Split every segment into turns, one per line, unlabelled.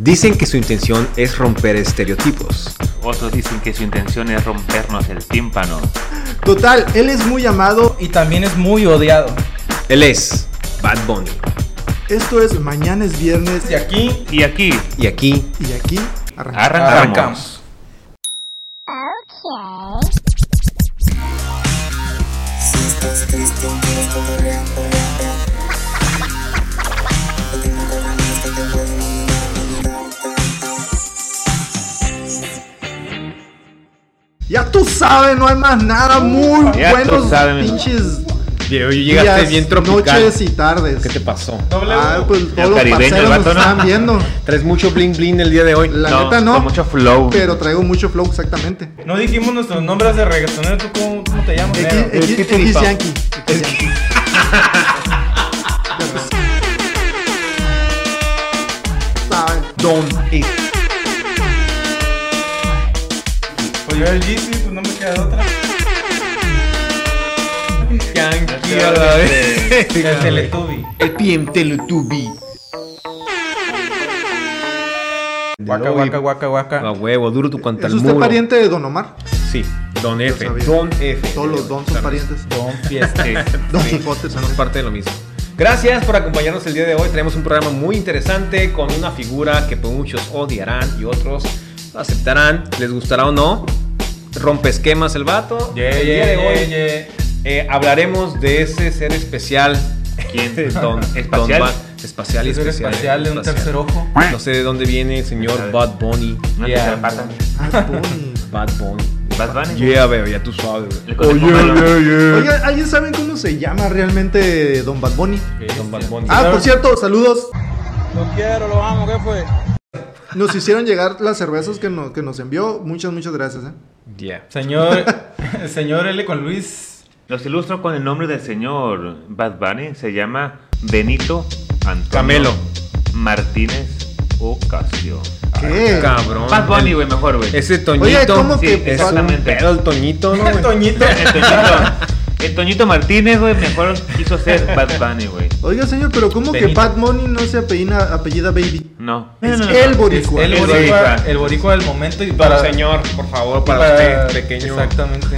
Dicen que su intención es romper estereotipos.
Otros dicen que su intención es rompernos el tímpano.
Total, él es muy amado.
Y también es muy odiado.
Él es Bad Bunny.
Esto es Mañana es Viernes
Y aquí
Y aquí
Y aquí
y aquí arrancamos.
arrancamos.
arrancamos.
Ya tú sabes, no hay más nada. Muy
Ya tú
buenos
sabes.
pinches
Diego,
días, noches y tardes.
¿Qué te pasó?
Doble
Ah,
U.
pues
Ya
todos los
caribeño el
parceros nos
vato, ¿no?
están viendo.
Traes mucho bling bling el día de hoy.
La neta no,
Con mucho flow.
pero traigo mucho flow exactamente.
No dijimos nuestros nombres de reggaetonero. ¿Tú cómo, cómo te llamas?
X,
negro?
X,
es que este te
X
disparo.
Yankee. X Yankee. pues. Ya tú sabes.
Don it.
Pues yo el Yeezy, pues no me queda otra.
Yankee
a la El
El
Teletubby.
PM Teletubby.
Guaca, guaca, guaca, guaca.
A huevo, duro tu cuanta
¿Es usted pariente de Don Omar?
Sí, Don F.
sabía.
Don F. este,
Todos los don son parientes.
Don Fiesta.
eh,
Don
Sí,
Quijote
somos
también.
parte de lo mismo. Gracias por acompañarnos el día de hoy. Tenemos un programa muy interesante con una figura que muchos odiarán y otros aceptarán, les gustará o no. Rompe esquemas el vato.
Yeah,
el día de
yeah,
hoy
yeah, yeah.
eh, hablaremos de ese ser especial.
¿Quién?
Don,
¿Espacial?
Don Ba- espacial y
Es un
especial.
espacial de un
espacial.
tercer ojo.
No sé de dónde viene el señor Bad Bunny.
No te
Yeah.
zarpatan.
Ah, Bunny.
Bad Bunny.
Bad Bunny.
Yeah, bebé, ya tú sabes.
El conejo malo.
Oiga, ¿alguien sabe cómo se llama realmente Don Bad Bunny?
Don Bad Bunny.
Ah, por cierto, saludos.
Lo quiero, lo amo, ¿qué fue?
Nos hicieron llegar las cervezas que nos, que nos envió. Muchas, muchas gracias. ¿eh?
Yeah.
Señor, señor L con Luis.
Los ilustro con el nombre del señor Bad Bunny. Se llama Benito Antonio
Camelo.
Martínez Ocasio.
¿Qué?
Cabrón.
Bad Bunny, güey, mejor, güey.
Ese Toñito.
Oye, ¿cómo
que-
es un
exactamente.
pedo el Toñito, ¿no? güey?
Toñito.
El Toñito, el Toñito Martínez, güey, mejor quiso ser Bad Bunny, güey.
Oiga, señor, pero ¿cómo que
Benito.
Bad Bunny no se apellida, apellida Baby?
No.
Es
No, no, no.
el
Es
boricua.
el
El
boricua,
boricua.
el boricua del momento y
Para
para
señor, por favor,
y
para, usted, pequeño.
Exactamente.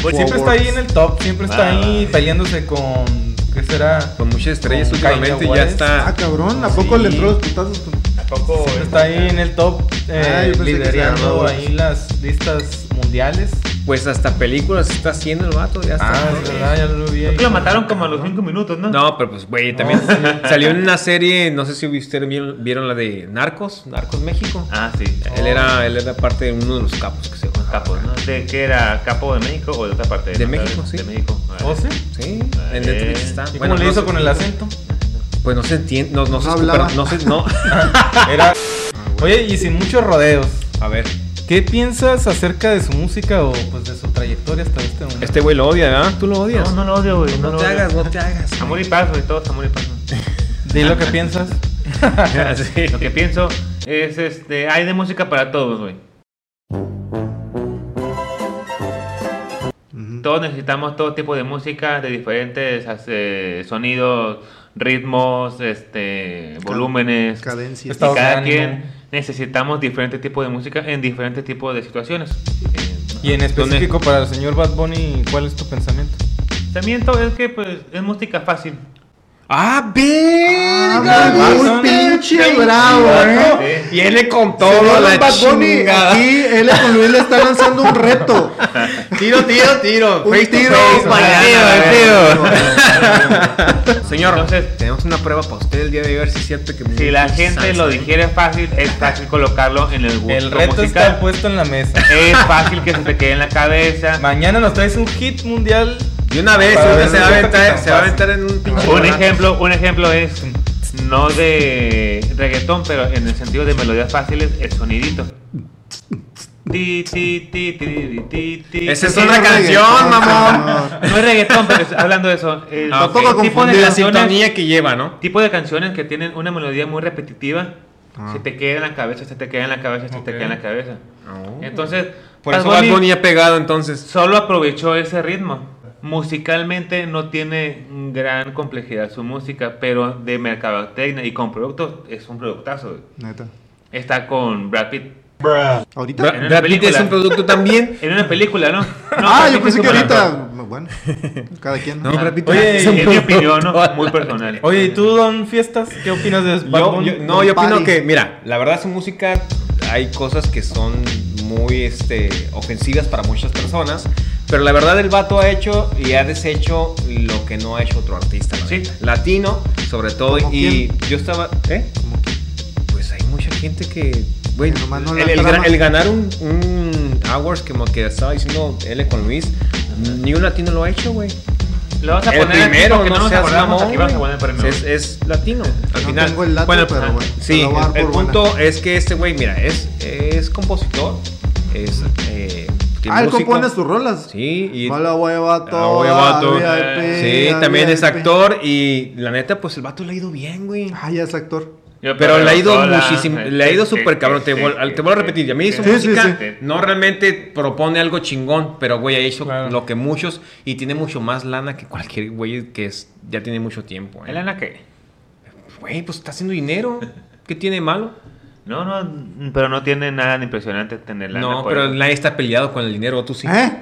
Pues
siempre está ahí en el top, siempre está
Ah.
ahí peleándose con ¿qué será?
Con muchas estrellas
Con
últimamente
Kanye
ya
West.
está.
Ah, cabrón, ¿a poco
Sí.
le entró los putazos? con-
Tampoco,
Siempre está eh? ahí en el top
Ah,
eh,
yo pensé que se
liderando
agarró.
ahí las listas mundiales.
Pues hasta películas está haciendo el vato, ya está.
Ah, es verdad, ya lo vi. ahí.
Lo mataron como a los 5 minutos, ¿no?
No, pero pues, güey, también salió en una serie, no sé si ustedes vieron, vieron la de Narcos, Narcos México.
Ah, sí.
Él, era, él era parte de uno de los capos que se
Capo, ¿no? ¿De qué era? ¿Capo de México o de otra parte?
De México, sí.
De México. Ah.
¿O sí?
Sí, en Netflix está.
¿Y
Bueno,
cómo le
no
hizo
sé-
con el acento?
Pues no se entiende, no, no, se escucha,
hablaba.
pero no se, no.
Era Oye, y sin muchos rodeos.
A ver,
¿Qué piensas acerca de su música o pues de su trayectoria hasta este momento?
este güey lo odia, ¿verdad? ¿Tú lo odias?
No, no lo odio, güey. No, lo odio.
no te hagas.
Amor y paz, güey, todos amor y paz. güey.
Di lo que piensas.
Sí.
Lo que pienso es, este, hay de música para todos, güey.
Ujú.
Todos necesitamos todo tipo de música, de diferentes eh, sonidos, ritmos, este, volúmenes.
Cadencia.
Y
Estados de
cada
ánimo.
quien necesitamos diferentes tipos de música en diferentes tipos de situaciones. Eh,
Y en específico para el señor Bad Bunny, ¿cuál es tu pensamiento?
También todo es que pues, es música fácil.
¡Ah, verga!
Ah, muy pinche bravo, ¿eh?
Sí.
Viene con
Señor
todo a la
Bad Bunny,
chingada.
aquí él con Luis le está lanzando un reto.
Tiro, tiro, tiro.
Un
Face to
tiro
face,
para
mañana,
arriba,
güey. Señor,
Entonces-
tenemos una prueba para usted el día de hoy, a ver si es cierto que...
Si la gente lo
dijera
digiere fácil, es fácil colocarlo en el gusto
El reto
musical.
está puesto en la mesa.
Es fácil que se te quede en la cabeza.
Mañana nos traes un hit mundial.
De una vez,
Para
ahorita
ver
se va a
si es
aventar,
tan
se va a
fácil.
aventar en un pinche...
Un
barato.
ejemplo, un ejemplo es no de reggaetón, pero en el sentido de melodías fáciles, el sonidito. Ti, ti, ti, ti, ti, ti,
Esa es
ti,
otra
ti.
canción, mamón.
No es reggaetón, pero es- hablando de eso, el
Ah, ok.
Tampoco
tipo
confundir
de
De la
canciones
sintonía que lleva, ¿no?
tipo de canciones que tienen una melodía muy repetitiva,
Ah.
se te queda en la cabeza, se te queda en la cabeza, se te
Ok.
queda en la cabeza.
Oh.
Entonces,
Por eso Bad Bunny ha pegado, entonces.
solo aprovechó ese ritmo. Musicalmente no tiene gran complejidad su música, pero de mercadotecnia y con productos es un productazo. güey.
Neta.
Está con Brad Pitt
¿Ahorita?
Bra-
una
Brad Pitt es
película.
un producto también.
en una película, ¿no? No,
ah,
Brad
yo
Pitt es
pensé
un
que
productor.
ahorita. Bueno, cada quien.
No,
¿no?
Brad Pitt
Oye,
es un
En mi opinión,
producto.
¿no? muy personal.
Oye, ¿y tú, Don Fiestas? ¿Qué opinas de Bad
Yo-
Bunny?
yo- no, yo
Bad
opino
Bunny.
que, mira, la verdad su música hay cosas que son muy este, ofensivas para muchas personas, pero la verdad el vato ha hecho y ha deshecho lo que no ha hecho otro artista. la
Sí.
neta. Latino, sobre todo,
¿Como
y
quién?
yo estaba... ¿Eh?
Como que-
Pues hay mucha gente que... Güey,
Que nomás no
el,
la
el
trama.
gra- el ganar un, un Awards como que estaba diciendo L con Luis, ni un latino lo ha hecho, güey.
Lo vas a
El
poner aquí
primero,
porque
no,
nos
seas
acordamos,
mamón,
aquí vamos a
güey.
poner el premio.
Es, es latino. Al
No
final.
tengo el dato,
Bueno, ah,
pero bueno. te
Sí,
lo voy a dar
el, el
por buena.
punto es que este güey, mira, es, es compositor, es... Eh, tiene
Ah, él
músico.
compone sus rolas.
Sí, y...
Mala hueva,
Ah, güey, vato.
todo.
Sí, también es actor y la neta, pues el vato le ha ido bien, güey.
Ah, ya es actor.
Yo,
Pero le ha ido
sola.
muchísimo, le ha ido
este,
súper cabrón. Te, vuel- te vuelvo a repetir, a mí su
Sí, sí,
música
sí.
no realmente propone algo chingón, pero güey, ha hecho
Claro.
lo que muchos y tiene mucho más lana que cualquier güey que es, ya tiene mucho tiempo. ¿eh?
¿El Ana qué?
Güey, pues está haciendo dinero. ¿Qué tiene de malo?
No, no, pero no tiene nada de impresionante tener lana.
no,
por
pero
eso.
nadie está peleado con el dinero, tú sí.
¿Eh?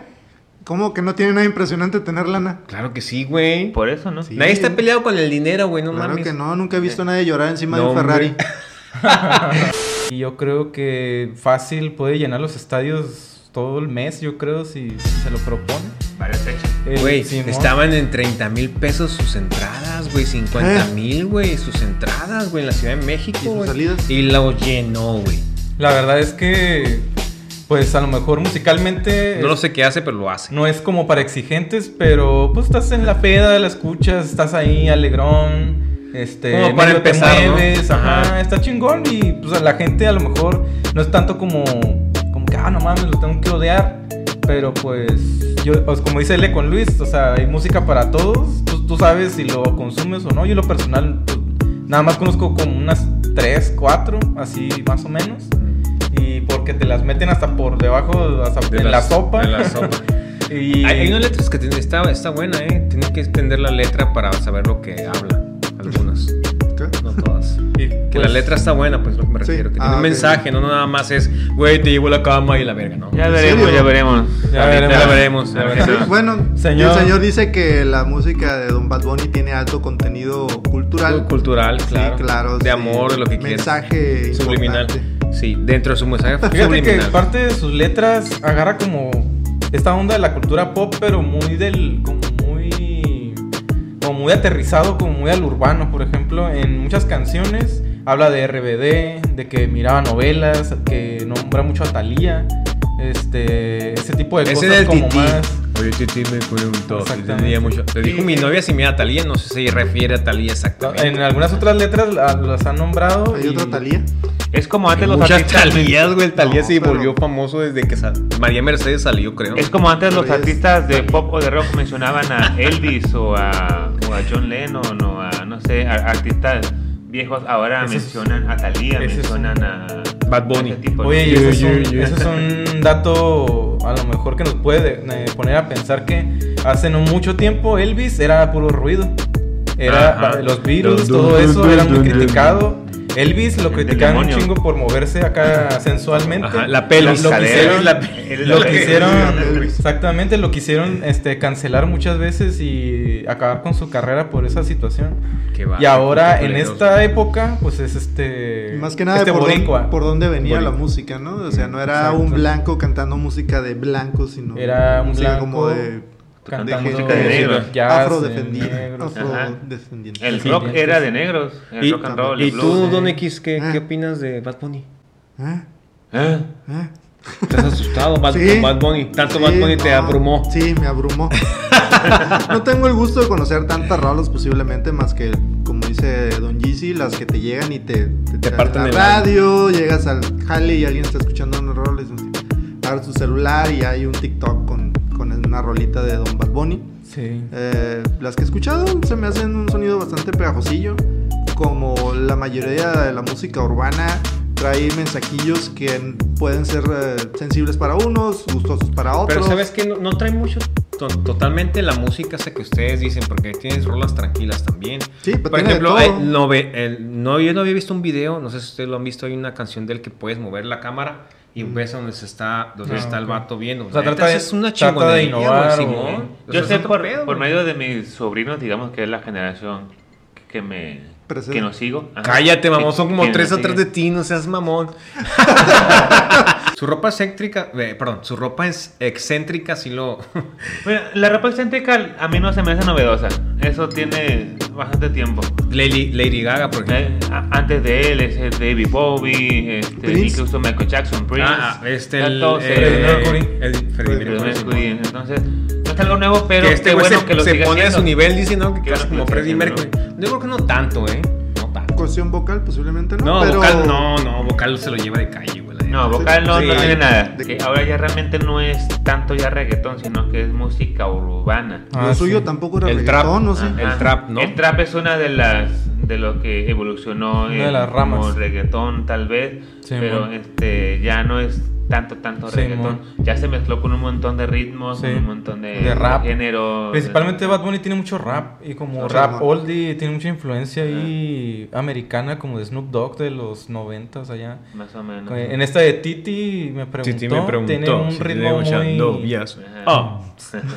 ¿Cómo que no tiene nada impresionante tener lana?
Claro que sí, güey.
Por eso, ¿no?
Sí.
Nadie está peleado con el dinero, güey, no
claro
mames.
que no, nunca he visto a nadie llorar encima
No,
de un Ferrari.
hombre.
Y yo creo que fácil puede llenar los estadios todo el mes, yo creo, si se lo propone.
Varias fechas.
Eh,
Güey,
Simón.
estaban en 30 mil pesos sus entradas, güey. 50
¿Eh?
mil, güey. Sus entradas, güey, en la Ciudad de México.
¿Y sus
güey.
salidas?
Y lo llenó, güey.
La verdad es que, pues a lo mejor musicalmente...
No lo sé qué hace, pero lo hace.
No es como para exigentes, pero pues estás en la peda, la escuchas, estás ahí alegrón, este,
Como para
medio
empezar,
te
¿no?
mueves, ajá,
Ajá.
está chingón y pues a la gente a lo mejor no es tanto como como que ah, no mames, lo tengo que odiar, pero pues yo pues, como dice L con Luis, o sea, hay música para todos, tú, tú sabes si lo consumes o no. Yo en lo personal pues, nada más conozco como unas 3, 4, así más o menos. Y porque te las meten hasta por debajo, hasta
De
en la
las-
sopa.
de la sopa.
Y-
Hay, hay unas letras que tiene- está, está buena, ¿eh? Tienes que entender la letra para saber lo que habla. Algunas,
¿Qué?
no todas.
y,
Que
pues,
la letra está buena, pues lo que me
Sí.
refiero. Que
Ah,
tiene un
ok.
mensaje, no nada más es, güey, te llevo la cama y la verga, ¿no?
Ya
¿En
veremos,
serio?
ya veremos.
Ya
Ahorita
veremos.
Ya veremos, ya veremos.
Sí.
Bueno,
Señor.
el señor dice que la música de Don Bad Bunny tiene alto contenido cultural.
Cultural, claro.
Sí, claro.
De
sí.
amor, de lo que quieras.
Mensaje
Subliminal.
importante.
Sí, dentro de su mensaje
Fíjate que
subliminal.
parte de sus letras agarra como esta onda de la cultura pop, pero muy del. como muy. como muy aterrizado, como muy al urbano, por ejemplo. En muchas canciones habla de RBD, de que miraba novelas, que nombra mucho a Thalía. Este. ese tipo de
Ese
cosas
del
como
tití.
más.
Oye, Titi me preguntó. si
Exactamente.
tenía mucho- Le dijo mi novia si me da Talía, no sé si refiere a Talía exactamente.
En algunas otras letras la- las han nombrado.
¿Hay
y-
otra Talía?
Es como
Hay
antes los
muchas
artistas.
Talías, güey. El Talía
No,
se
pero-
volvió famoso desde que sa- María Mercedes salió, creo.
Es como antes los
Pero es-
artistas de pop o de rock mencionaban a Elvis o a, o a John Lennon o a, no sé, a- artistas viejos. Ahora
Ese es-
mencionan a Thalía,
ese es
mencionan a...
Bad Bunny.
a ese tipo, ¿no?
Oye, y
Yo,
eso, es
yo,
un,
yo.
eso es un dato a lo mejor que nos puede eh, poner a pensar que hace no mucho tiempo Elvis era puro ruido. Era
Ajá.
pa- los
Dun,
Beatles,
dun,
todo
dun,
eso
dun,
era muy
dun, dun.
criticado. Elvis lo
El
criticaban un
demonio.
chingo por moverse acá sensualmente.
Ajá, la pelvis.
Lo, lo
La
quisieron,
pelvis, la pelvis.
lo
Lo que-
quisieron-
Elvis.
exactamente, lo quisieron este, cancelar muchas veces y acabar con su carrera por esa situación.
Qué va-
Y ahora
qué
en
culeros.
esta época, pues es este.
Y Más que nada
este
por, dónde,
boricua.
por dónde venía
Boricua.
la música, ¿no? O sea, no era
Exacto.
un blanco cantando música de blanco, sino
Era un
música
blanco
como de
cantando
de
música de negros.
jazz, eh, de
afrodefendiente.
negros.
afrodescendiente.
El rock
Siguientes.
era de negros. El rock and roll, el
¿Y
blues.
tú,
eh.
Don X, qué,
Ah.
qué opinas de Bad Bunny?
¿Eh?
¿Eh?
¿Eh?
¿Estás asustado, Bad,
Sí.
con Bad Bunny? Tanto
Sí,
Bad Bunny te
no,
abrumó.
Sí, me abrumó. no tengo el gusto de conocer tantas rolas posiblemente más que, como dice Don Yeezy, las que te llegan y te,
Te
traen
parten
la
el
radio, llegas al jale y alguien está escuchando una rola y se- abre su celular y hay un TikTok con, con una rolita de Don Bad Bunny.
Sí.
Eh, las que he escuchado se me hacen un sonido bastante pegajosillo. Como la mayoría de la música urbana trae mensajillos que n- pueden ser eh, sensibles para unos, gustosos para otros.
Pero sabes que no, no trae mucho to- totalmente la música esa que ustedes dicen, porque tienes rolas tranquilas también.
Sí, pero
Por
tiene de
ejemplo, eh,
todo.
hay- no, ve- el- no, yo no había visto un video, no sé si ustedes lo han visto, hay una canción del que puedes mover la cámara y ves a donde se está, donde
Ah,
está el
ok.
vato viendo.
O sea,
Neta,
trata de-
es una
trata de
chingonería, güey,
innovar,
Simón.
güey.
O sea,
Yo
es
sé
otro
por,
pedo,
por
güey.
medio de mis sobrinos, digamos que es la generación que me
Precede.
que nos sigo. Ajá.
Cállate, mamón, son como
Que- que
tres
nos
atrás de
sigue.
ti, no seas mamón. su ropa excéntrica, eh, perdón, su ropa es excéntrica, si lo...
Mira, la ropa excéntrica a mí no se me hace novedosa. Eso tiene bastante tiempo.
Lady, Lady Gaga, por ejemplo.
Eh, a- Antes de él, ese David Bowie, este,
Prince.
incluso Michael Jackson, Prince.
Ah, ah, este,
Ya
el...
todos se-
Freddie
eh,
Mercury.
el Freddie
Pero
Mercury,
me
Simón.
acudí. Entonces, no es algo nuevo, pero
que este
qué
güey
bueno
se,
que lo
se
siga
pone a
haciendo.
su nivel, dice, ¿no? Que
Qué
casi
bueno
como
que lo
Freddie
siga
Mercury.
haciendo,
Yo creo que no tanto, ¿eh? No tanto.
Cuestión vocal, posiblemente no.
No,
pero...
vocal, no, no, vocal se lo lleva de calle, güey. la neta.
No, vocal no,
Sí.
no tiene nada.
De-
Que ahora ya realmente no es tanto ya reggaetón, sino que es música urbana.
Lo
Ah,
suyo
sí.
tampoco era
El
reggaetón,
trap.
no sé.
Ah, El trap, ¿no?
El trap es una de las de lo que evolucionó
Una de
en-
las ramas.
como reggaetón tal vez,
Sí,
pero
mon.
este ya no es tanto tanto
Sí,
reggaetón. Ya se mezcló con un montón de ritmos,
Sí.
con un montón de,
De rap.
géneros.
Principalmente Bad Bunny tiene mucho rap y como
Mucho
rap
rap.
oldie tiene mucha influencia ahí americana como de Snoop Dogg de los noventas allá. Eh,
más o menos.
En esta de Titi me preguntó,
Titi me preguntó
tiene un
si
ritmo
tenemos ya
muy,
novias.
Ajá.
Ah,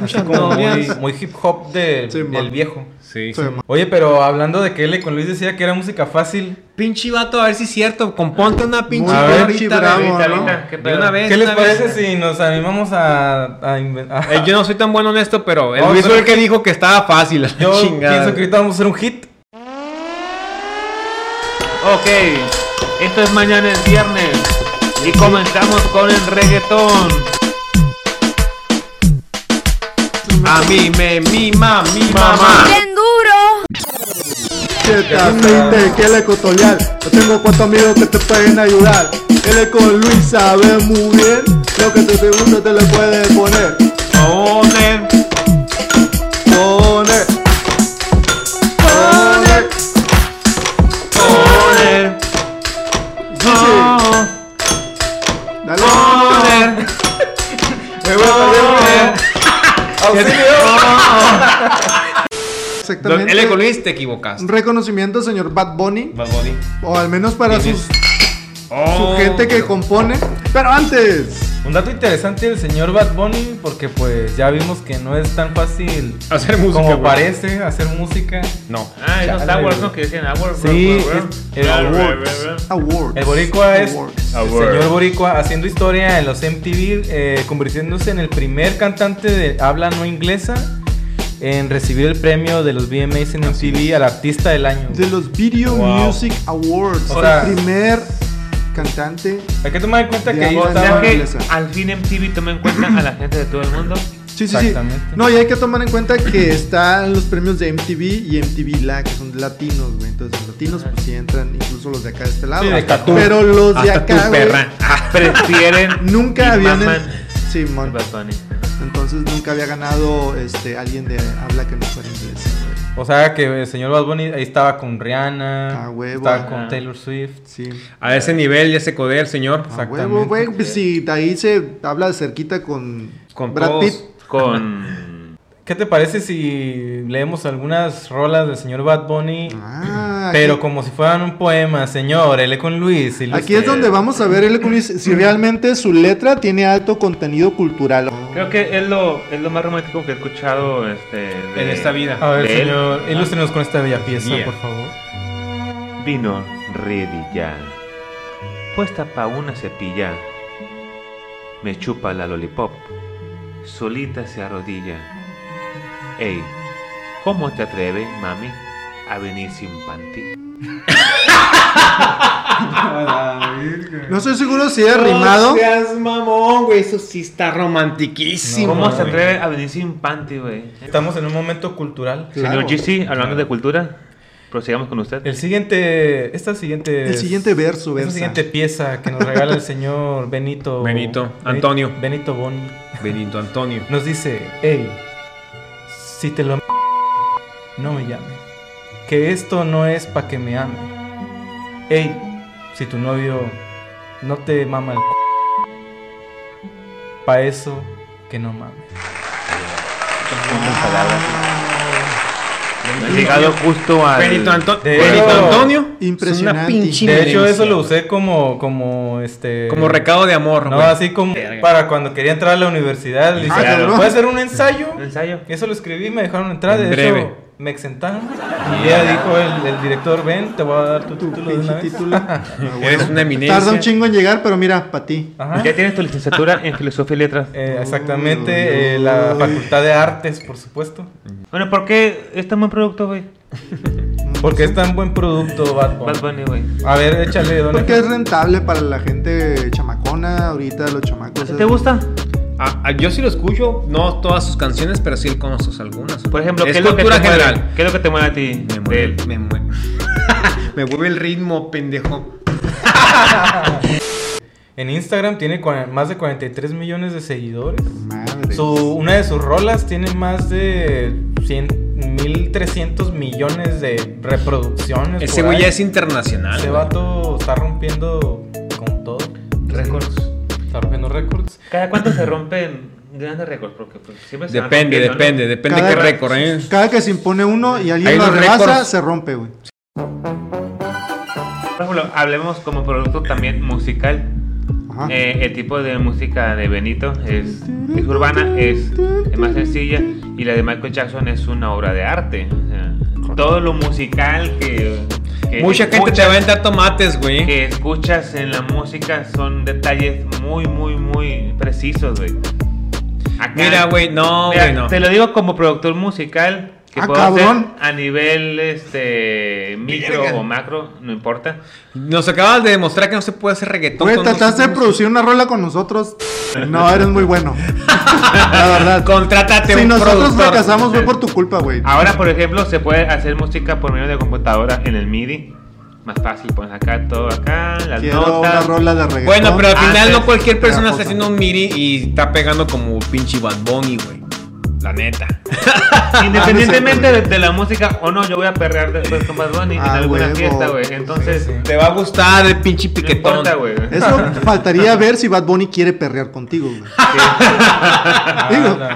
así como muy, muy hip hop de-
Sí,
del
man.
viejo.
Ah, sí.
Se llama-
Oye, pero hablando de que él con Luis decía que era música fácil,
Pinche vato, a ver si es cierto. Componte una pinche
Muy
rola
pinche
ahorita,
bravo,
güey.
Ahorita,
¿no?
ahorita, ¿qué
De
pedo?
una vez.
¿qué les
una
parece
vez.
si nos animamos a, a inventar?
Eh, yo no soy tan bueno en esto, pero el
No,
Luis
pero-
fue el que dijo que estaba fácil. la
Yo
chingada.
pienso que ahorita vamos a hacer un hit.
Ok, esto es mañana es viernes y comenzamos con el reggaetón.
A mí me mima mi mamá.
Bien duro.
Cheta, veinte, que le cotolear. Yo tengo cuatro amigos que te pueden ayudar. Él con Luis sabe muy bien. Lo que te pregunta te lo puede poner.
Poner
Poner. Poner.
Poner,
Dice. Dale.
poner,
Me voy a perder,
poner. Don
¿no? Exactamente.
L. con Luis, te
Un
equivocaste.
reconocimiento, señor Bad Bunny.
Bad Bunny.
O al menos para
¿Quién
sus,
Oh,
su gente que compone. Pero antes.
Un dato interesante del señor Bad Bunny, porque pues ya vimos que no es tan fácil
Hacer música,
como
güey.
parece hacer música.
No.
Ah, esos
Chale,
awards,
güey.
¿no? Que decían awards.
Sí, es- el
awards.
Awards.
El boricua es
Awards.
el señor boricua haciendo historia en los MTV, eh, convirtiéndose en el primer cantante de habla no inglesa en recibir el premio de los VMAs en MTV al artista del año.
De los Video
Wow.
Music Awards.
O sea-
el primer cantante.
Hay que tomar en cuenta que ahí
Digamos,
O sea
estaba...
Awards.
que al fin MTV toma en cuenta a la gente de todo el mundo.
Sí, sí, sí.
Exactamente.
No, y hay que tomar en cuenta que están los premios de MTV y MTV La, que son de latinos, güey. Entonces, los latinos, pues sí entran, incluso los de acá de este lado.
Sí, de acá tú.
Pero los de
Hasta
acá,
tu
güey,
perra. Ah,
Prefieren. y
nunca habían.
maman
Sí,
a
mon.
Bad Bunny.
Entonces, nunca había ganado este, alguien de habla que no fuera inglés. güey.
O sea que el señor Bad Bunny ahí estaba con Rihanna,
Ah, huevo.
estaba con
Ah.
Taylor Swift.
Sí.
A ese nivel ya se codea el señor.
Ah,
Exactamente.
huevo, güey. Pues sí, de ahí se habla cerquita con,
Con
Brad
todos.
Pitt.
Con.
¿Qué te parece si leemos algunas rolas del señor Bad Bunny?
Ah,
Mm. Pero
aquí-
como si fueran un poema, señor, L con Luis. y Luis-
Aquí es donde vamos a ver el Kunis, si realmente su letra tiene alto contenido cultural.
Creo que es lo, es lo más romántico que he escuchado este, de-
En esta vida.
A ver,
de él. Ah,
señor, ilústrenos con esta bella pieza,
Yeah.
por favor.
Vino ready ya, puesta pa' una cepilla. Me chupa la lollipop, solita se arrodilla. Ey, ¿cómo te atreves, mami, a venir sin panty?
No estoy seguro si es rimado.
seas mamón, güey. Eso sí está romantiquísimo.
¿Cómo se
güey.
atreve a venir sin panty, güey?
Estamos en un momento cultural.
Claro.
Señor GC, hablando de cultura, prosigamos con usted.
El siguiente, esta siguiente...
El siguiente verso,
Esta
versa.
siguiente pieza que nos regala el señor Benito...
Benito, Antonio.
Benito Boni.
Benito Antonio.
Nos dice, hey, si te lo... No me llame. Que esto no es pa' que me ame. Hey, si tu novio no te mama el... c- Pa' eso que no mames.
Simples palabras. Me he llegado justo al.
Benito, Anto-
De
Benito
hecho,
Antonio.
impresionante.
Es una pinche
De
De hecho,
inminencia.
eso lo usé como, como este.
Como recado de amor.
No,
güey.
así como
Verga.
para cuando quería entrar a la universidad. Le dije,
Ah, cabrón.
¿puede hacer un ensayo?
Un ensayo.
Eso lo escribí, me dejaron entrar.
En
de
breve.
hecho, me exentaron. Y ya dijo el, el director: Ven, te voy a dar tu
Tu
título de
pinche
una vez.
título. Ah,
Eres
bueno.
una eminencia.
Tarda un chingo en llegar, pero mira, para ti.
Ajá.
Ya tienes tu licenciatura en filosofía y letras.
Eh, exactamente,
Uy,
eh, la
uy.
Facultad de Artes, por supuesto.
Bueno, ¿por qué es tan buen producto, güey?
Porque es tan buen producto, Bad
Oh.
Bunny.
Bad Bunny, güey.
A ver, échale, don
Porque es
Ejemplo.
rentable para la gente chamacona, ahorita los chamacos.
¿Te gusta?
Ah, ah, yo sí lo escucho, no todas sus canciones, pero sí con sus algunas.
Por ejemplo, ¿qué
es
es lo que
cultura
te
general.
mueve? ¿Qué es lo que te mueve a ti
Me
de
mueve,
él?
me mueve. me mueve el ritmo, pendejo.
En Instagram tiene cua- más de 43 millones de seguidores.
Madre.
Su, una de sus rolas tiene más de 100, 1300 millones de reproducciones.
Ese
por
güey
ahí.
ya es internacional.
Ese
güey.
vato está rompiendo con todo.
Récords.
Está rompiendo récords.
¿Cada cuánto se rompen grandes récords? Porque pues, siempre se van
Depende,
rompiendo, ¿no?
depende, depende
Cada-
qué récord, ¿eh?
Cada que se impone uno
Hay
y alguien lo
unos
rebasa,
récords.
se rompe, güey.
Por ejemplo, hablemos como producto también musical.
Ajá.
Eh, el tipo de música de Benito es, es urbana, es, es más sencilla y la de Michael Jackson es una obra de arte. O sea, todo lo musical que, que
Mucha gente te
escuchas-
va a entrar tomates, güey.
que escuchas en la música son detalles muy, muy, muy precisos, güey. Acá-
Mira, güey, no,
Mira,
güey, no.
Te lo digo como productor musical. Que
Ah,
puedo
cabrón.
hacer a nivel este micro
Verga.
o macro, no importa.
Nos acabas de demostrar que no se puede hacer reggaetón.
Güey,
con
trataste de
dos-
producir una rola con nosotros. No, eres muy bueno. La verdad.
Contrátate
Si
un
nosotros
productor.
fracasamos fue por tu culpa, güey.
Ahora, por ejemplo, se puede hacer música por medio de computadora en el MIDI. Más fácil, pones acá todo acá, las
Quiero una
notas.
rola de reggaetón. Ah,
Bueno, pero al final
Antes,
no cualquier persona está
cosa.
haciendo un miri y está pegando como pinche Bad Bunny, güey. La neta.
Independientemente de, de la música o no, yo voy a perrear después con Bad Bunny en
Ah,
alguna
huevo.
fiesta, güey. Entonces,
Sí, sí.
Te va a gustar el pinche
no
piquetón.
importa, güey.
Eso faltaría ver si Bad Bunny quiere perrear contigo, güey. Digo,
Nada.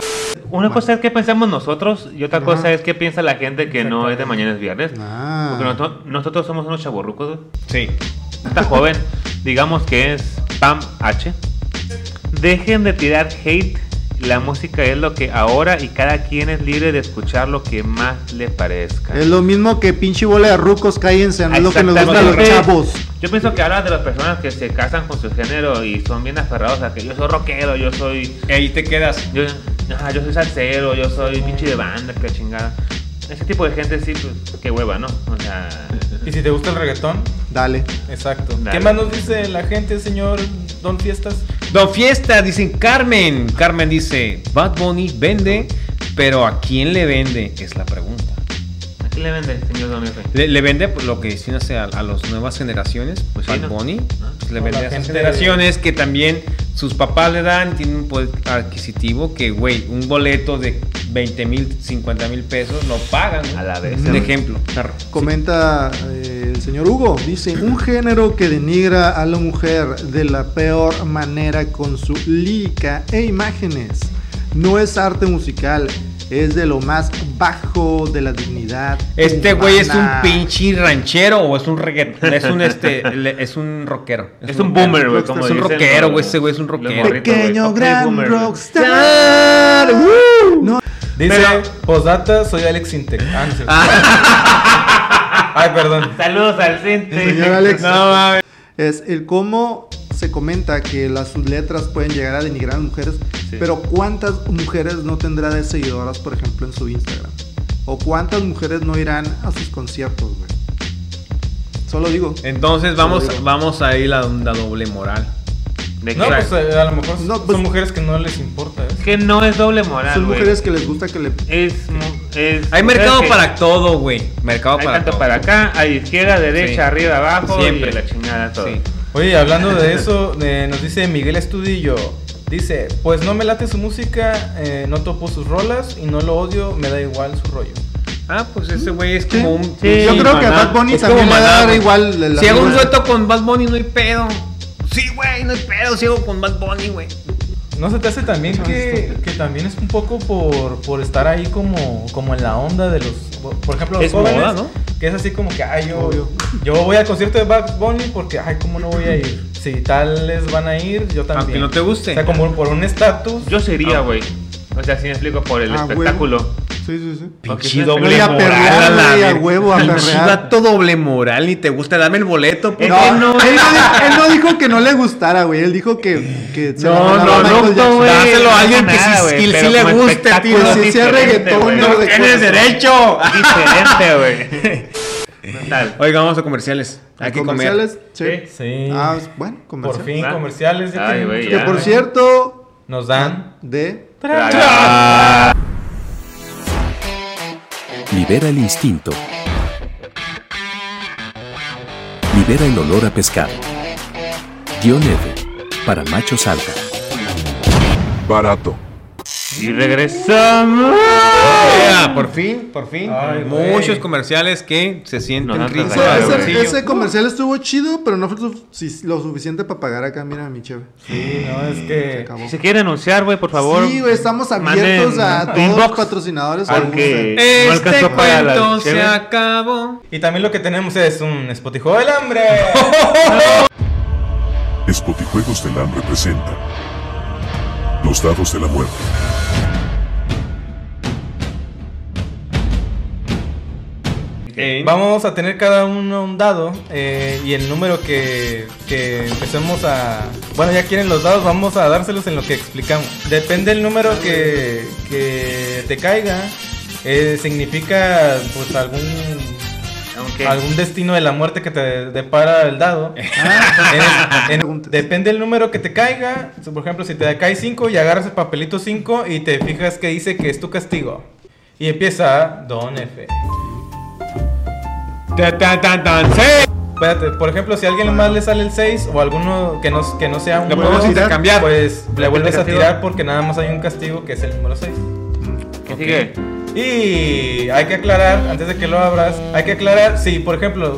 Una cosa es que pensamos nosotros y otra
Ajá.
cosa es que piensa la gente que no es de mañana es viernes.
Ah.
Porque noto- nosotros somos unos chaborrucos.
Sí.
Esta joven, digamos que es Pam H. Dejen de tirar hate. La música es lo que ahora y cada quien es libre de escuchar lo que más le parezca.
Es lo mismo que pinche bola de rucos, cállense, no es lo que nos gusta a los
Exactamente.
chavos.
Yo pienso que habla de las personas que se casan con su género y son bien aferrados a que yo soy rockero, yo soy
Y ahí te quedas.
Yo, ajá, yo soy salsero, yo soy pinche de banda, que la chingada. Ese tipo de gente sí, pues, qué hueva, ¿no? O sea,
Y si te gusta el reggaetón,
Dale.
exacto.
Dale.
¿Qué más nos dice la gente, señor Don Fiestas?
Don Fiesta, dicen Carmen. Carmen dice, Bad Bunny vende, pero ¿a quién le vende? Es la pregunta.
¿a quién le vende, señor Don F?
Le, le vende pues, lo que dicen hace a, a las nuevas generaciones, pues
Sí,
Bad
¿no?
Bunny.
Ah.
pues, le
O
vende
la
a esas
gente-
generaciones que también sus papás le dan, tienen un poder adquisitivo que, güey, un boleto de 20 mil, 50 mil pesos lo pagan. ¿no?
A la vez.
Un ejemplo. Claro.
Comenta eh, el señor Hugo, dice, un género que denigra a la mujer de la peor manera con su lírica e imágenes. No es arte musical, es de lo más bajo de la dignidad.
Este güey es un
humana".
pinche ranchero o es un reggaetón, es un este, le- es un rockero.
Es un boomer, güey, como
Es un
dicen
rockero,
los-
güey, ese güey es un
los
rockero.
morritos, güey.
Pequeño
Ok,
gran
boomer.
rockstar. ¡Woo! No,
Dice,
Pero-
posdata, soy Alex Intec. Ah, no es cierto. Ay, perdón.
Saludos al Cente.
El señor Alex.
No mames.
Este, es el cómo se comenta que las sus letras pueden llegar a denigrar a mujeres,
Sí.
pero ¿cuántas mujeres no tendrá de seguidoras, por ejemplo, en su Instagram? ¿O cuántas mujeres no irán a sus conciertos, güey? Solo digo.
Entonces vamos,
Lo digo.
vamos a ir a la doble moral.
¿De qué?
No, pues eh, a lo mejor
No, pues-
son mujeres que no les importa. ¿eh?
que no es doble moral,
Son
güey.
mujeres que les gusta que le...
Es, mu- es
Hay mercado
mujeres que-
para todo, güey. Mercado
Hay
para
tanto
todo.
para acá, a izquierda, derecha,
Sí.
arriba, abajo,
Siempre.
y la chingada todo.
Sí.
Oye, hablando de eso, eh, nos dice Miguel Estudillo. Dice, pues no me late su música, eh, no topo sus rolas y no lo odio, me da igual su rollo.
Ah, pues ese güey es
Sí.
como un.
Sí,
Yo creo que
Maná.
a Bad Bunny
Es
también
como
le va a
Maná,
dar
güey.
igual... la- la
Si hago un
misma-
dueto con Bad Bunny, no hay pedo. Sí, güey, no hay pedo. Si hago con Bad Bunny, güey.
¿No se te hace también que, que también es un poco por, por estar ahí como, como en la onda de los, por ejemplo, los
Es
jóvenes?
moda, ¿no?
Que es así como que, ay, yo,
Obvio.
yo voy al concierto de Bad Bunny porque, ay, ¿cómo no voy a ir? Si tales van a ir, yo también.
Aunque no te guste.
O sea, como por un estatus.
Yo sería,
Ah.
güey. O sea, si me explico, por el
Ah, huevo.
espectáculo.
Sí, sí, sí.
Porque
Pinche
es una
doble
No, y a
moral.
perrear,
a la
güey, a
verga.
huevo, a
Pinche
perrear.
vato doble moral, ni te gusta, dame el boleto. por
Eh,
No,
favor.
él, no dijo, él no dijo que no le gustara, güey. Él dijo que, que se la
No,
mandaba
no,
Michael
no,
Jackson.
no, güey.
Dáselo a alguien
No,
que
nada,
sí-
güey,
que sí
pero
le
como
guste,
espectáculo
tío.
es
Si sea
diferente,
reggaetón,
güey.
no, de-
¡Tienes derecho!
Diferente, güey. Total.
Oiga, vamos a comerciales. Hay que comer.
¿Comerciales?
Sí.
Sí.
Sí.
Ah, bueno, comerciales.
por fin,
Ah.
¿Va?
comerciales. ya
Ay,
tienen
güey,
mucho
Que
ya,
por
güey.
cierto,
Nos dan.
de
Libera el instinto. Libera el olor a pescado. Dionede. Para machos alfa.
Barato.
Y regresamos.
Oiga, Ah, por fin, por fin.
Ay, güey.
Muchos comerciales que se sienten
No, no te
ricos.
Ese,
Ay,
al
ese-
bolsillo.
ese comercial estuvo chido, pero no fue su- si- lo suficiente para pagar acá, mira, mi chévere.
Sí, no, es
Se
que.
acabó.
Si se quiere anunciar, güey, por favor.
Sí, güey, estamos abiertos
manden
a
un
todos los
inbox,
patrocinadores.
porque- No
Este
alcanzó para la
cuento se
cheve.
acabó.
Y también lo que tenemos es un espotijo del hambre.
Spotijuegos del Hambre presenta Los Dados de la Muerte.
Eh,
Vamos a tener cada uno un dado eh, y el número que, que empecemos a... Bueno, ya quieren los dados, vamos a dárselos en lo que explicamos. Depende el número que, que te caiga, eh, significa pues algún...
Aunque-
Algún destino de la muerte que te depara el dado. En- en-
Preguntas.
depende del número que te caiga. So, Por ejemplo, si te cae 5 y agarras el papelito 5 y te fijas que dice que es tu castigo. Y empieza Don F.
ta, ta, ta, ta, sí.
Espérate, por ejemplo, si a alguien más le sale el 6 o alguno que no, que no sea un
Lo
Bueno,
podemos
tirar,
intercambiar.
pues le vuelves a
castigo.
tirar porque nada más hay un castigo que es el número 6.
¿Qué sigue?
Y hay que aclarar, antes de que lo abras, hay que aclarar, si por ejemplo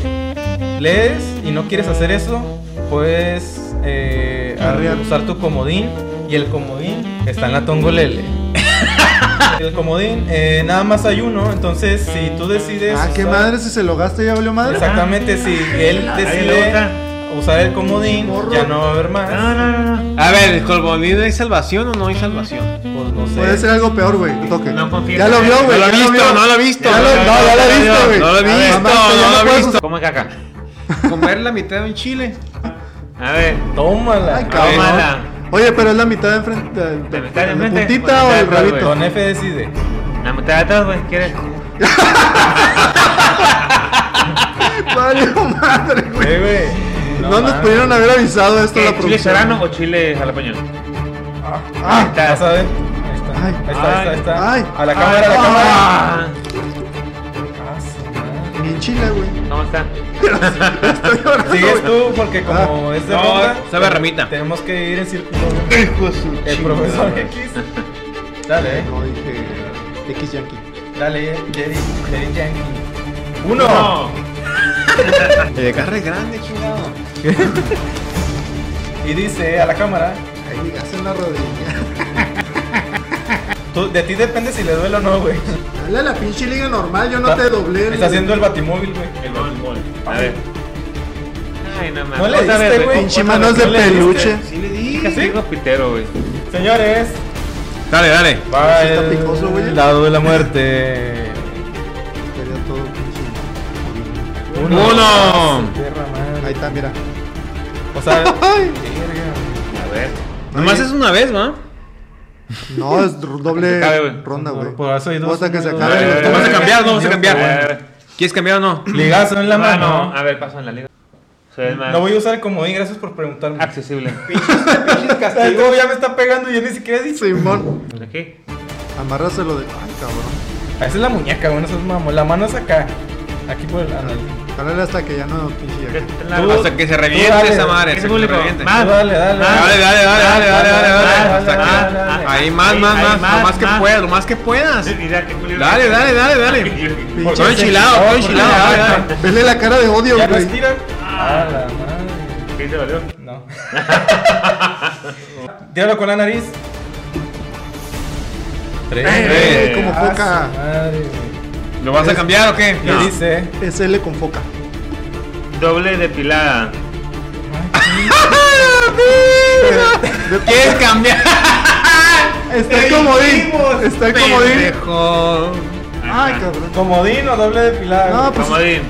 lees y no quieres hacer eso, puedes eh,
Arrear.
usar tu comodín y el comodín está en la tongolele. el comodín, eh, nada más hay uno, entonces si tú decides...
Ah, qué
usar-
madre, si se lo gasta ya valió madre. Ah,
Exactamente, si él
le
decide
otra.
usar el comodín,
Morro.
ya no va a haber más.
No,
Ah,
no, no, no.
A ver, ¿el colbonino hay salvación o no hay salvación?
Pues no sé.
Puede ser algo peor, güey. que Toque.
No confío
ya
en
lo
él.
vio, güey.
No lo
ya
he visto,
vio.
no lo he visto.
Ya lo- No, ya lo he visto, güey.
No lo he
A ver,
visto,
mamá, ya
no lo he
puedes-
visto.
¿Cómo caca?
Comer la mitad de un chile.
A ver.
Tómala.
Ay,
ver,
cabrón. Oye, pero es la mitad de enfrente.
La mitad de
¿La
enfrente,
puntita
o
o
la
el
mitad de atrás,
rabito?
Don F decide.
La mitad de atrás, güey. ¿Quieres?
Valió madre, güey.
Eh, güey.
No nos
mames.
pudieron haber avisado esto la
¿Qué, ¿Chile
producción.
serrano o chile jalapeño?
Ah,
Ya saben. Ahí está.
Ay.
ahí está, ahí está, ahí está.
Ay.
a la cámara, a la
Ay.
cámara. Ah,
Ah,
ni en Chile, güey.
¿Cómo está?
Estoy llorando,
Sigues
güey.
tú porque
Ah.
como es de
No,
ronda,
sabe a remita.
Tenemos que ir en círculo. El profesor X. Dale,
No dije X Yankee.
dale,
eh.
Jerry, Jerry Yankee.
¡Uno!
El carre grande, chingado.
Y dice a la cámara,
Ahí hace una rodilla.
tú- de ti depende si le duele o no, güey.
Dale a la pinche liga normal, yo no te doblé.
Está haciendo el batimóvil, güey.
El gol, el gol. A ver. Ay, no mames.
No le
Otra vez,
diste, güey.
Pinche
Otra
manos
vez,
de
no le
peluche.
diste.
Sí le di.
Qué castigo pitero, güey.
Señores,
Dale, dale.
va
Sí está
el
picoso, güey.
lado de la muerte.
Estaría todo pinche.
Uno.
Perra
Ahí
madre.
está, mira.
O sea,
Ay.
A ver.
Nomás es una vez, ¿va?
No, es r- doble
Acabe, güey.
ronda, güey.
Por eso hay dos.
O hasta que se
Vamos
acabe.
a
el-
Vamos a cambiar, vamos a
A ver, a
cambiar. Ah,
ver.
¿Quieres cambiar o no?
Ligazo en la mano.
A ver, paso en la liga. Soy el más
No voy a usar el comodín, gracias por preguntarme.
Ah,
accesible.
Castigo ya me está pegando y yo ni siquiera he dicho.
Simón.
Pues Aquí.
Amárraselo de. Ay, cabrón.
Ah, Esa es la muñeca, güey, no seas mamón. La mano es acá. Aquí por el anal.
Jálale hasta que ya no pinche
¿Qué
Yankee.
tal la-
Tú-
Hasta que se reviente
dale,
esa madre. hasta
¿Qué es
que se
público?
reviente.
Más.
Dale, dale,
Más.
Dale, dale, dale, dale, dale, dale, dale,
Más,
hasta
más,
aquí.
más.
Ahí más,
Ahí,
más,
ahí,
más,
más,
lo más que
más.
puedas, lo más que puedas.
Sí, mira, qué culero.
Dale, dale, dale, dale.
Pinche-
Todo enchilado, todo enchilado, dale, dale.
Vele la cara de odio,
Ya no
güey.
estira. Ah, la madre.
¿Qué dice valió?
No. Tíralo con la nariz. Tres.
Eh,
como
Ah,
foca.
su madre, güey.
¿Lo vas a cambiar o qué?
¿Qué
No.
dice?
Es L con foca.
Doble depilada.
¿Quieres cambiar?
Está el comodín. Está el comodín.
Pendejo. Ah.
Ay,
Ajá.
cabrón.
¿Comodín o doble depilada?
No,
güey?
pues-
Comodín.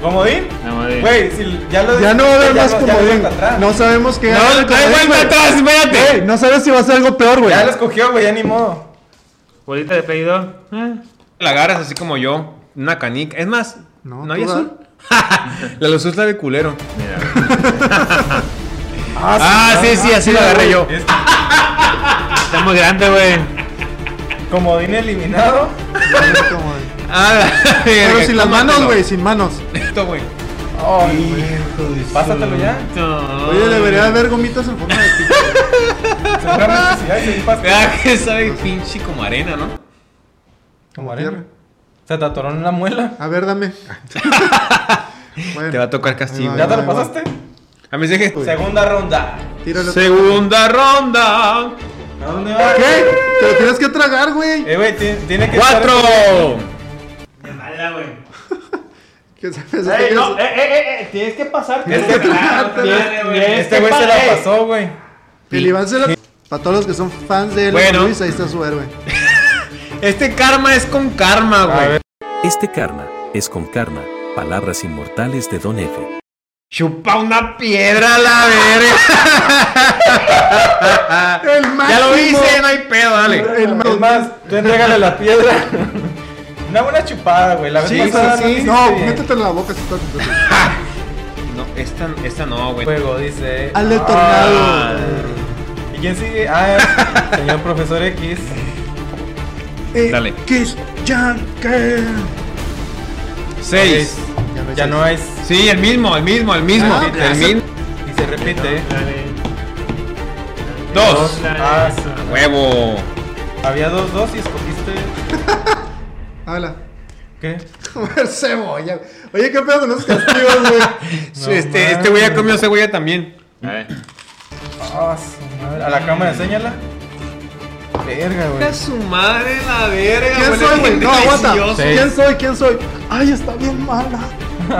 ¿Comodín?
Comodín.
Güey, si ya lo
Ya no va a haber
ya
más
lo- ya lo
comodín.
vuelta atrás.
No sabemos qué ganar el
No, trae
comodín,
vuelta
güey.
atrás,
Güey,
espérate.
no sabes si va a ser algo peor, güey.
Ya lo escogió, güey, ya ni modo.
Bolita de Play 2. Eh.
La agarras así como yo. Una canica. Es más, no,
No,
hay
tú da.
azul. la luz es la de culero.
Mira.
Ah, sí, sí, así lo agarré yo.
Es
Está muy grande, güey.
comodín eliminado.
El comodín.
Ah,
Pero sin las manos, güey, sin manos.
Esto, güey.
Ay, pásatelo ya.
Oye, debería haber gomitas en forma de pito.
Seguramente si hay, sí, pásatelo.
Ah, que sabe pinche como arena, ¿no?
Como
Moreno.
tierra.
Se te atoró en la muela.
A ver, dame. Bueno,
Te va a tocar castigo.
Eh, Ahí va,
¿Ya te
ahí
lo
va.
pasaste?
A mí se que.
Segunda ronda.
Tíralo.
Segunda ronda.
¿A dónde va?
¿Qué? Te lo tienes que tragar, güey.
Eh, güey, ti- tiene que estar-
Cuatro.
Mala, güey.
¿Qué sabes?
Ey,
¿Qué
no, eh,
es?
eh, eh, tienes que pasar.
Tienes que
pasar.
Este güey se la pasó, güey.
El Iván se la... Para todos los que son fans de él,
Bueno.
Luis, ahí está su héroe.
Este karma es con karma,
A
güey.
ver.
Este karma es con karma, palabras inmortales de Don F.
Chupa una piedra a la verga.
El máximo.
Ya lo hice, no hay pedo, dale.
El
Es más, tú entrégale la piedra. Una buena chupada, güey. La vez
Sí,
pasada
sí, sí.
hiciste
No,
bien.
métetelo en la boca. si estás-
No, esta, esta no, güey.
Juego, dice.
Al del
Ah.
tornado.
¿Y quién sigue? Ah, el señor profesor X.
Eh,
Dale.
Kiss, Jan, que.
Seis.
es
Ya
eso.
no es.
Sí, el mismo, el mismo, el mismo.
Ah,
el
ya.
mismo.
Y se repite.
Dos.
Ah, sí.
Huevo.
Había dos, dos y escogiste.
Habla.
¿Qué?
Comer cebolla. Oye, qué pedo con esos castigos, güey.
Sí, este, este güey ya comió cebolla también.
A ver.
Ah, su madre. A la cámara, enséñala. Verga, güey.
su madre la verga,
¿Quién soy, güey? No, aguanta.
Seis.
¿Quién soy? ¿Quién soy? Ay, está bien mala.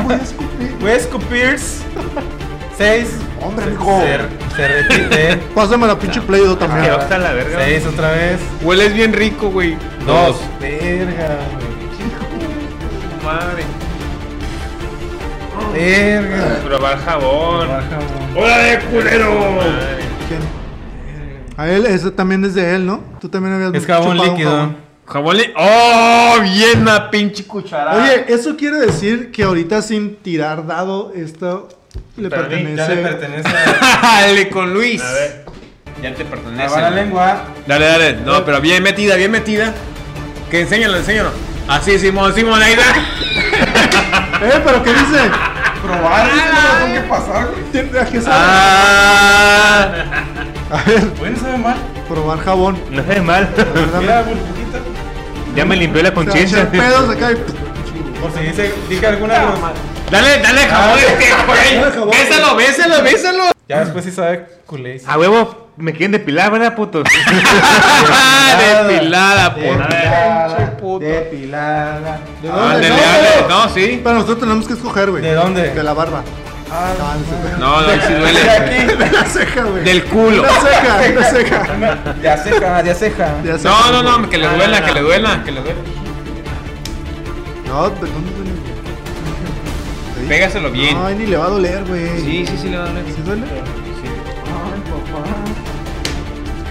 Voy a escupir.
Voy a escupir. Seis.
Hombre, amigo.
Se, se repite.
Pásame la pinche Play Doh
Que
también.
Ah.
oxta la verga. güey.
Seis otra vez.
Hueles bien rico, güey.
Dos. Verga,
Madre.
güey. Verga.
Probar jabón.
Baja, güey.
¡Hola de culero!
Madre.
¿Quién? A él, ese también es de él, ¿no? Tú también habías
Es jabón
chupado un
líquido.
jabón.
Jabón li- ¡Oh! Bien una pinche
Ah.
cucharada.
Oye, eso quiere decir que ahorita sin tirar dado, esto le
Para mí,
pertenece.
Ya le pertenece a
dale con Luis.
A ver.
Ya te pertenece.
la vara
güey.
lengua.
Dale, dale. No, pero bien metida, bien metida. Que enséñalo, enséñalo. Así, Simón, Simón, ahí va.
Eh, pero ¿qué dice?
Probar, es que no tengo que pasar, güey.
Tiene- ¿a qué sabe?
Ah.
A ver,
Bueno, sabe mal.
probar jabón.
No es mal.
A ver, dame.
Mira, burbujita.
ya me limpió la
O sea,
conciencia.
echar pedos acá y-
Por si dice, dije alguna broma.
Dale, dale, jabón. este, güey.
dale jabón.
Bésalo, bésalo, bésalo.
Ya después sí sabe culé.
A huevo, me quieren depilar, ¿verdad, puto?
Ah, Depilada, por.
Depilada,
Pinche puto.
depilada.
¿De dónde?
Ándale,
No,
ándale.
pero-
No, sí.
Pero nosotros tenemos que escoger, güey.
¿De dónde?
De la barba.
Ah,
No, no sé.
No, no, sí
de
duele.
aquí.
De la ceja, güey.
Del culo.
De la ceja, de la ceja.
De aceja, de aceja.
De la ceja,
No, no, no,
güey.
que le
No, no,
duela,
no.
que le duela, que le duela.
No, ¿de dónde duele? Ahí.
Pégaselo bien.
Ay, ni le va a doler, güey.
Sí, sí, sí, le va a doler.
¿Sí duele?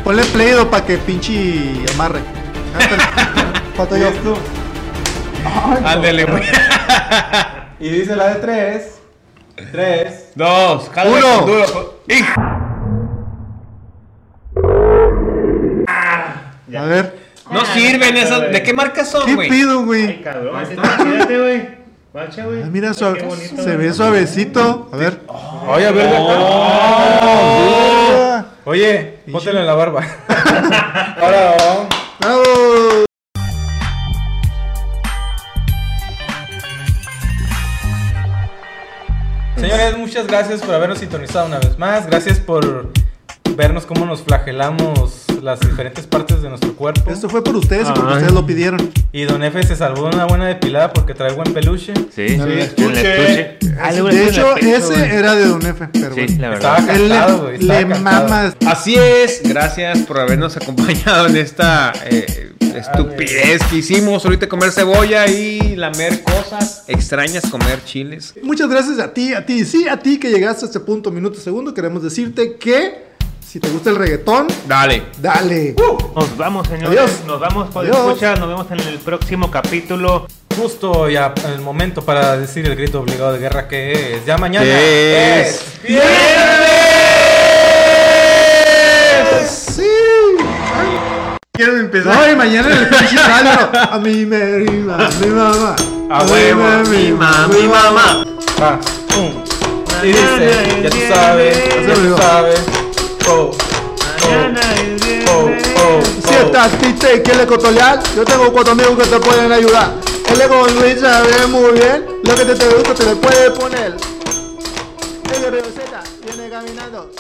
Ponle pleido para que pinche amarre. Pato yo.
Ándale, güey.
Y dice la de tres. Tres.
Dos, jala
Uno.
con duro. pues. Hijo.
A ver.
No sirven esas. ¿De qué marca son,
¿Qué
güey?
pido, güey?
Cabrón, quédate, güey. Guacha, güey.
Ah, Mira, suave-
Qué bonito,
se
güey.
ve suavecito. A ver.
Oye, a ver, de acá.
Ah,
Oye, póntelo en la barba. Ahora, oh.
¡Bravo!
Señores, muchas gracias por habernos sintonizado una vez más. Gracias por vernos cómo nos flagelamos las diferentes partes de nuestro cuerpo.
Esto fue por ustedes y porque
Ay.
ustedes lo pidieron.
Y Don F se salvó de una buena depilada porque trae buen peluche.
Sí,
En el
sí,
estuche.
en el Ah, estuche. Algo
de
le
hecho,
suena el pecho,
ese
güey.
era de Don F, pero
Sí,
bueno.
la
Estaba
verdad.
Él
cantado, güey.
le,
estaba
le
cantado.
mama.
Así es, gracias por habernos acompañado en esta eh, estupidez que hicimos ahorita comer cebolla y lamer cosas extrañas, comer chiles.
Muchas gracias a ti, a ti, sí, a ti que llegaste a este punto, minuto, segundo. Queremos decirte que si te gusta el reggaetón,
Dale.
dale.
Nos vamos, señores.
Adiós.
Nos vamos por
Adiós.
escuchar. Nos vemos en el próximo capítulo.
Justo y a- el momento para decir el grito obligado de guerra que es. Ya mañana
Es
Sí.
Quiero empezar.
No, y mañana en el pinche radio, A mí me rima, mi mamá.
A huevo,
mí me rima, Ah, mi mamá.
Va, un. Y dice, ya tú sabes, ya tú sabes. Oh, oh, oh,
Si estás triste y quieres cotolear, yo tengo cuatro amigos que te pueden ayudar. El ego de Luis sabe muy bien lo que te, te gusta, te le puede poner. El de Río Z viene caminando.